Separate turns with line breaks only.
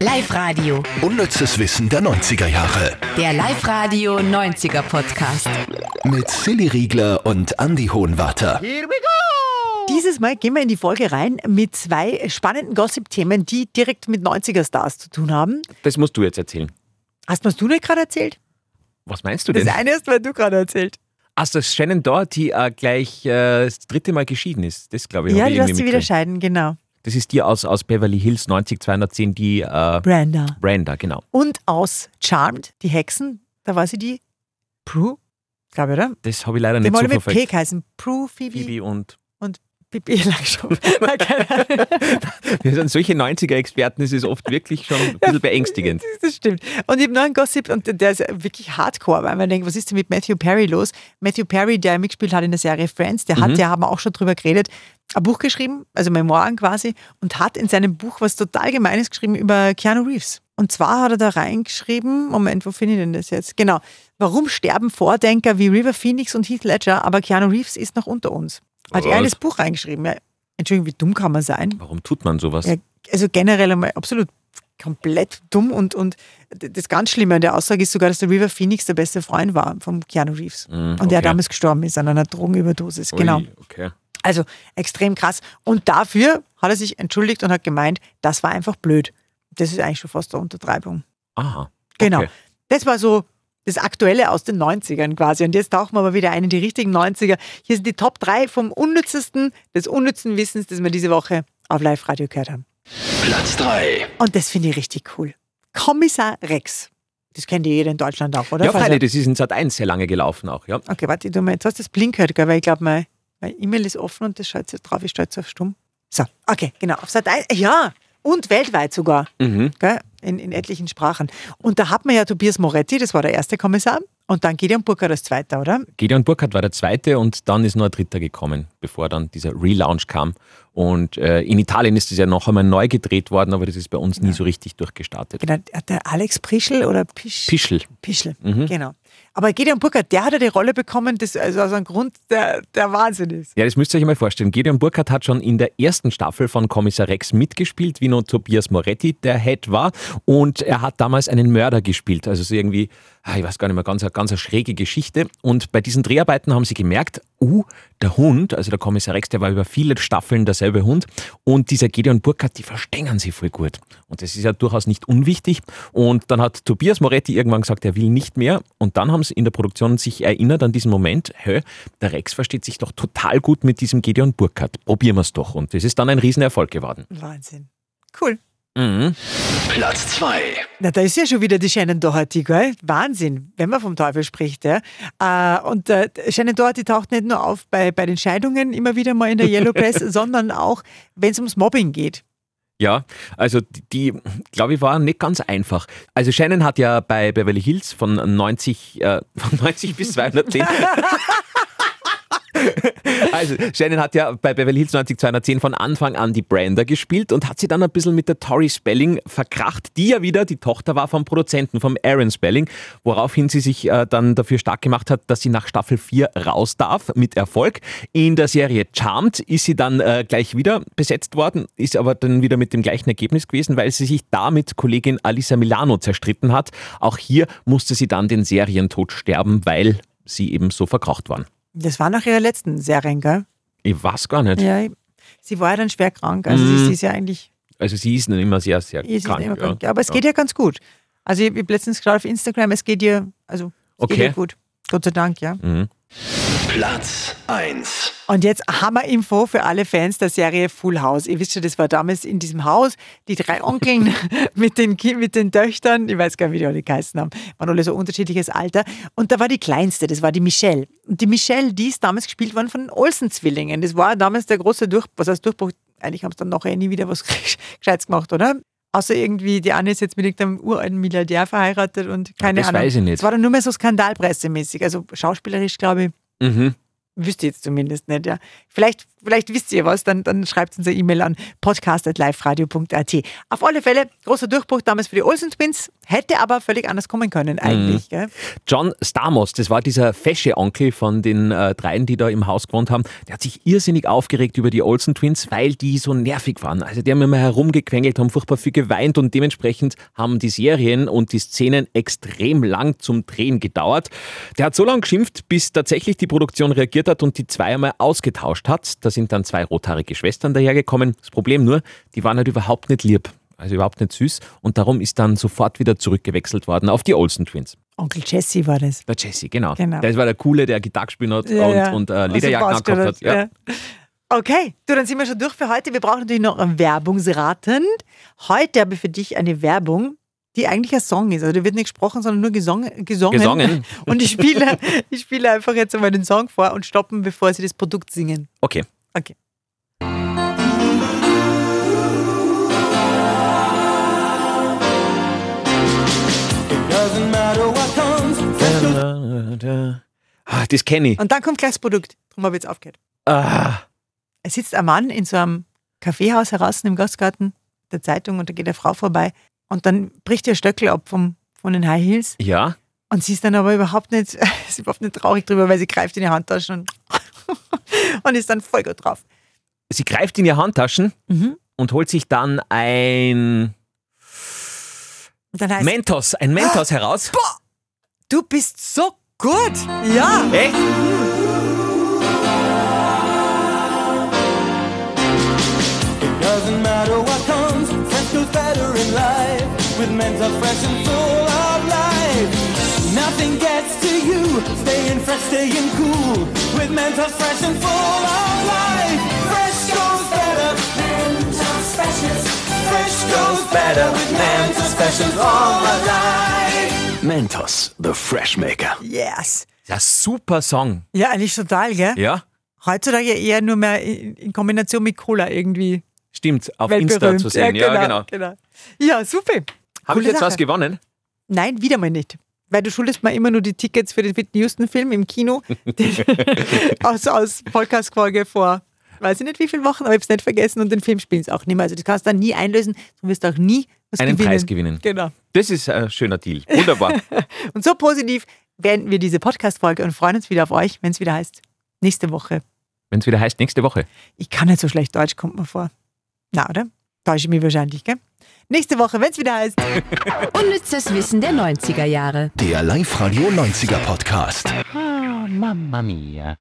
Live-Radio.
Unnützes Wissen der 90er Jahre.
Der Live-Radio 90er Podcast.
Mit Silly Riegler und Andy Hohenwarter.
Dieses Mal gehen wir in die Folge rein mit zwei spannenden Gossip-Themen, die direkt mit 90er-Stars zu tun haben.
Das musst du jetzt erzählen.
Hast was du nicht gerade erzählt?
Was meinst du
Das
denn?
eine ist, weil du gerade erzählt.
Also dass Shannon Doherty äh, gleich äh, das dritte Mal geschieden ist. Das glaube ich. hab
ja,
ich
du hast
irgendwie
sie wieder
mitgekriegt.
scheiden, genau.
Das ist die aus, aus Beverly Hills 90210, die äh,
Brenda.
Brenda, genau.
Und aus Charmed, die Hexen, da war sie die Prue, glaube ich, oder?
Das habe ich leider
Die
nicht so
wollte mit P
verfolgt.
heißen. Prue, Phoebe,
Phoebe und
Bibi Langstrumpf. Nein, keine Ahnung.
wir sind solche 90er-Experten, es ist oft wirklich schon ein bisschen beängstigend.
Das stimmt. Und ich habe noch einen Gossip, und der ist wirklich hardcore, weil man denkt, was ist denn mit Matthew Perry los? Matthew Perry, der mitgespielt hat in der Serie Friends, der hat, ja, haben wir auch schon drüber geredet, ein Buch geschrieben, also Memoiren quasi, und hat in seinem Buch was total Gemeines geschrieben über Keanu Reeves. Und zwar hat er da reingeschrieben, Moment, wo finde ich denn das jetzt? Genau. Warum sterben Vordenker wie River Phoenix und Heath Ledger, aber Keanu Reeves ist noch unter uns? Hat er
Was?
in das Buch reingeschrieben? Ja, Entschuldigung, wie dumm kann man sein?
Warum tut man sowas?
Ja, also generell einmal absolut komplett dumm und, und das ganz Schlimme an der Aussage ist sogar, dass der River Phoenix der beste Freund war von Keanu Reeves. Und der
Mhm, okay.
damals gestorben ist an einer Drogenüberdosis. Genau.
Ui, okay.
Also extrem krass. Und dafür hat er sich entschuldigt und hat gemeint, das war einfach blöd. Das ist eigentlich schon fast eine Untertreibung.
Aha.
Genau.
Okay.
Das war so das Aktuelle aus den 90ern quasi. Und jetzt tauchen wir aber wieder ein in die richtigen 90er. Hier sind die Top 3 vom unnützesten, des unnützen Wissens, das wir diese Woche auf Live-Radio gehört haben.
Platz 3.
Und das finde ich richtig cool. Kommissar Rex. Das kennt ihr jeder in Deutschland auch, oder?
Ja,
Falls
Freunde,
ihr-
das ist in Sat 1 sehr lange gelaufen auch, ja.
Okay, warte, ich tu mal jetzt hast du das Blink gehört, gell? weil ich glaube, mein, mein E-Mail ist offen und das schaut jetzt drauf, ich schaue jetzt auf stumm. So, okay, genau. Auf Sat 1, ja, und weltweit sogar,
Mhm.
gell? In, in etlichen Sprachen. Und da hat man ja Tobias Moretti, das war der erste Kommissar, und dann Gideon Burka das zweite, oder?
Gedeon Burkhardt war der Zweite und dann ist nur ein Dritter gekommen, bevor dann dieser Relaunch kam. Und äh, in Italien ist es ja noch einmal neu gedreht worden, aber das ist bei uns nie so richtig durchgestartet.
Genau, hat der Alex Prischl oder Pisch?
Pischel.
Pischl, genau. Aber Gideon Burkhardt, der hat ja die Rolle bekommen, das, also aus einem Grund, der, der Wahnsinn ist.
Ja, das müsst ihr euch mal vorstellen. Gedeon Burkhardt hat schon in der ersten Staffel von Kommissar Rex mitgespielt, wie nur Tobias Moretti der Head war. Und er hat damals einen Mörder gespielt. Also so irgendwie, ah, ich weiß gar nicht mehr, ganz, eine- ganz eine schräge Geschichte. Und bei diesen Dreharbeiten haben sie gemerkt, uh, der Hund, also der Kommissar Rex, der war über viele Staffeln derselbe Hund. Und dieser Gedeon Burkhardt, die verstängern sie voll gut. Und das ist ja durchaus nicht unwichtig. Und dann hat Tobias Moretti irgendwann gesagt, er will nicht mehr. Und dann haben sie in der Produktion sich erinnert an diesen Moment, hä, der Rex versteht sich doch total gut mit diesem Gedeon Burkhardt. Probieren wir es doch. Und das ist dann ein Riesenerfolg geworden.
Wahnsinn. Cool.
Mhm.
Platz 2.
Na, da ist ja schon wieder die Shannon Doherty, gell? Wahnsinn, wenn man vom Teufel spricht, ja. Äh, und äh, Shannon Doherty taucht nicht nur auf bei, bei den Scheidungen immer wieder mal in der Yellow Press, sondern auch, wenn es ums Mobbing geht.
Ja, also die, die, glaube ich, war nicht ganz einfach. Also Shannon hat ja bei Beverly Hills von 90, äh, von 90 bis 210 Also, Shannon hat ja bei Beverly Hills 90210 von Anfang an die Brenda gespielt und hat sie dann ein bisschen mit der Tori Spelling verkracht, die ja wieder die Tochter war vom Produzenten, vom Aaron Spelling, woraufhin sie sich äh, dann dafür stark gemacht hat, dass sie nach Staffel 4 raus darf, mit Erfolg. In der Serie Charmed ist sie dann äh, gleich wieder besetzt worden, ist aber dann wieder mit dem gleichen Ergebnis gewesen, weil sie sich da mit Kollegin Alisa Milano zerstritten hat. Auch hier musste sie dann den Serientod sterben, weil sie eben so verkracht waren.
Das war nach ihrer letzten Serie, gell?
Ich weiß gar nicht.
Ja, sie war ja dann schwer krank. Also sie,
Mhm.
sie ist ja eigentlich
Also sie ist dann immer sehr, sehr
sie ist
krank.
immer krank.
ja.
Aber es geht ja ganz gut. Also ich habe letztens geschaut auf Instagram, es geht ihr, also es geht
Okay.
ihr gut. Gott sei Dank, ja.
Mhm.
Platz 1.
Und jetzt Hammer-Info für alle Fans der Serie Full House. Ihr wisst schon, das war damals in diesem Haus, die drei Onkeln mit den, Ki- mit den Töchtern, ich weiß gar nicht, wie die alle geheißen haben, waren alle so unterschiedliches Alter. Und da war die Kleinste, das war die Michelle. Und die Michelle, die ist damals gespielt worden von den Olsen-Zwillingen. Das war damals der große Durchbruch, was heißt Durchbruch? Eigentlich haben sie dann nachher eh nie wieder was Gescheites gemacht, oder? Außer irgendwie, die eine ist jetzt mit irgendeinem uralten Milliardär verheiratet und keine
das
Ahnung.
weiß ich nicht.
Es war dann nur mehr so skandalpressemäßig, also schauspielerisch, glaube ich
Mhm.
wüsste ich jetzt zumindest nicht, ja. Vielleicht vielleicht wisst ihr was, dann, dann schreibt uns eine E-Mail an podcast.liferadio.at. Auf alle Fälle, großer Durchbruch damals für die Olsen Twins, hätte aber völlig anders kommen können
Mhm.
eigentlich. Gell?
John Stamos, das war dieser fesche Onkel von den äh, dreien, die da im Haus gewohnt haben, der hat sich irrsinnig aufgeregt über die Olsen Twins, weil die so nervig waren. Also die haben immer herumgequengelt, haben furchtbar viel geweint und dementsprechend haben die Serien und die Szenen extrem lang zum Drehen gedauert. Der hat so lange geschimpft, bis tatsächlich die Produktion reagiert hat und die zwei einmal ausgetauscht hat. Da sind dann zwei rothaarige Schwestern dahergekommen. Das Problem nur, die waren halt überhaupt nicht lieb. Also überhaupt nicht süß und darum ist dann sofort wieder zurückgewechselt worden auf die Olsen Twins.
Onkel Jesse war das.
Der Jesse, genau.
Genau.
Das war der Coole, der Gitarre gespielt hat
Ja,
und,
ja.
und äh,
Also
Lederjacken
passt
angehabt hat.
das,
Ja.
ja. Okay, du, dann sind wir schon durch für heute. Wir brauchen natürlich noch einen Werbungsraten. Heute habe ich für dich eine Werbung, die eigentlich ein Song ist. Also da wird nicht gesprochen, sondern nur gesong, gesungen.
Gesungen.
Und ich spiele, ich spiele einfach jetzt einmal den Song vor und stoppen, bevor sie das Produkt singen.
Okay.
Okay.
Doesn't matter what comes.
Ah, Das kenne ich.
Und dann kommt gleich das Produkt. Drum habe ich jetzt aufgehört.
Ah,
Es sitzt ein Mann in so einem Kaffeehaus heraus im Gastgarten der Zeitung und da geht eine Frau vorbei und dann bricht ihr Stöckel ab vom, von den High Heels.
ja.
Und sie ist dann aber überhaupt nicht, sie ist überhaupt nicht traurig drüber, weil sie greift in die Handtasche und, und ist dann voll gut drauf. Mhm.
Sie greift in ihre Handtaschen und holt sich dann ein
Und dann heißt
Mentos, ein Mentos heraus.
du bist so gut. Ja.
Echt?
It doesn't matter what comes. Friends goes better in life. With men's are fresh and full of life. Nothing gets to you. Staying fresh, staying cool. With men's are fresh and full of life. Fresh goes better. Mentos freshes. Fresh goes better with men's are fresh and full of life.
Mentos, The Freshmaker.
Yes.
Ja, super Song.
Ja, eigentlich total, gell?
Ja,
Heutzutage eher nur mehr in, in Kombination mit Cola irgendwie.
stimmt. Auf Insta
weltberühmt.
zu sehen. Ja, genau.
genau. Ja, super.
Habe
Coole
ich jetzt
Sache.
was gewonnen?
Nein, wieder mal nicht. Weil du schuldest mir immer nur die Tickets für den Whitney Houston-Film im Kino den- aus, aus Podcast-Folge vor, weiß ich nicht wie viele Wochen, aber ich habe es nicht vergessen und den Film spielen sie auch nicht mehr. Also das kannst du dann nie einlösen, du wirst auch nie was
Einen
gewinnen.
Preis gewinnen.
Genau.
Das ist ein schöner Deal. Wunderbar.
Und so positiv beenden wir diese Podcast-Folge und freuen uns wieder auf euch, wenn es wieder heißt, nächste Woche.
Wenn es wieder heißt, nächste Woche.
Ich kann nicht so schlecht Deutsch, kommt mir vor. Na, oder? Täusche ich mich wahrscheinlich, gell? Nächste Woche, wenn es wieder heißt.
Unnützes Wissen der 90er Jahre.
Der Live-Radio 90er Podcast.
Mamma mia.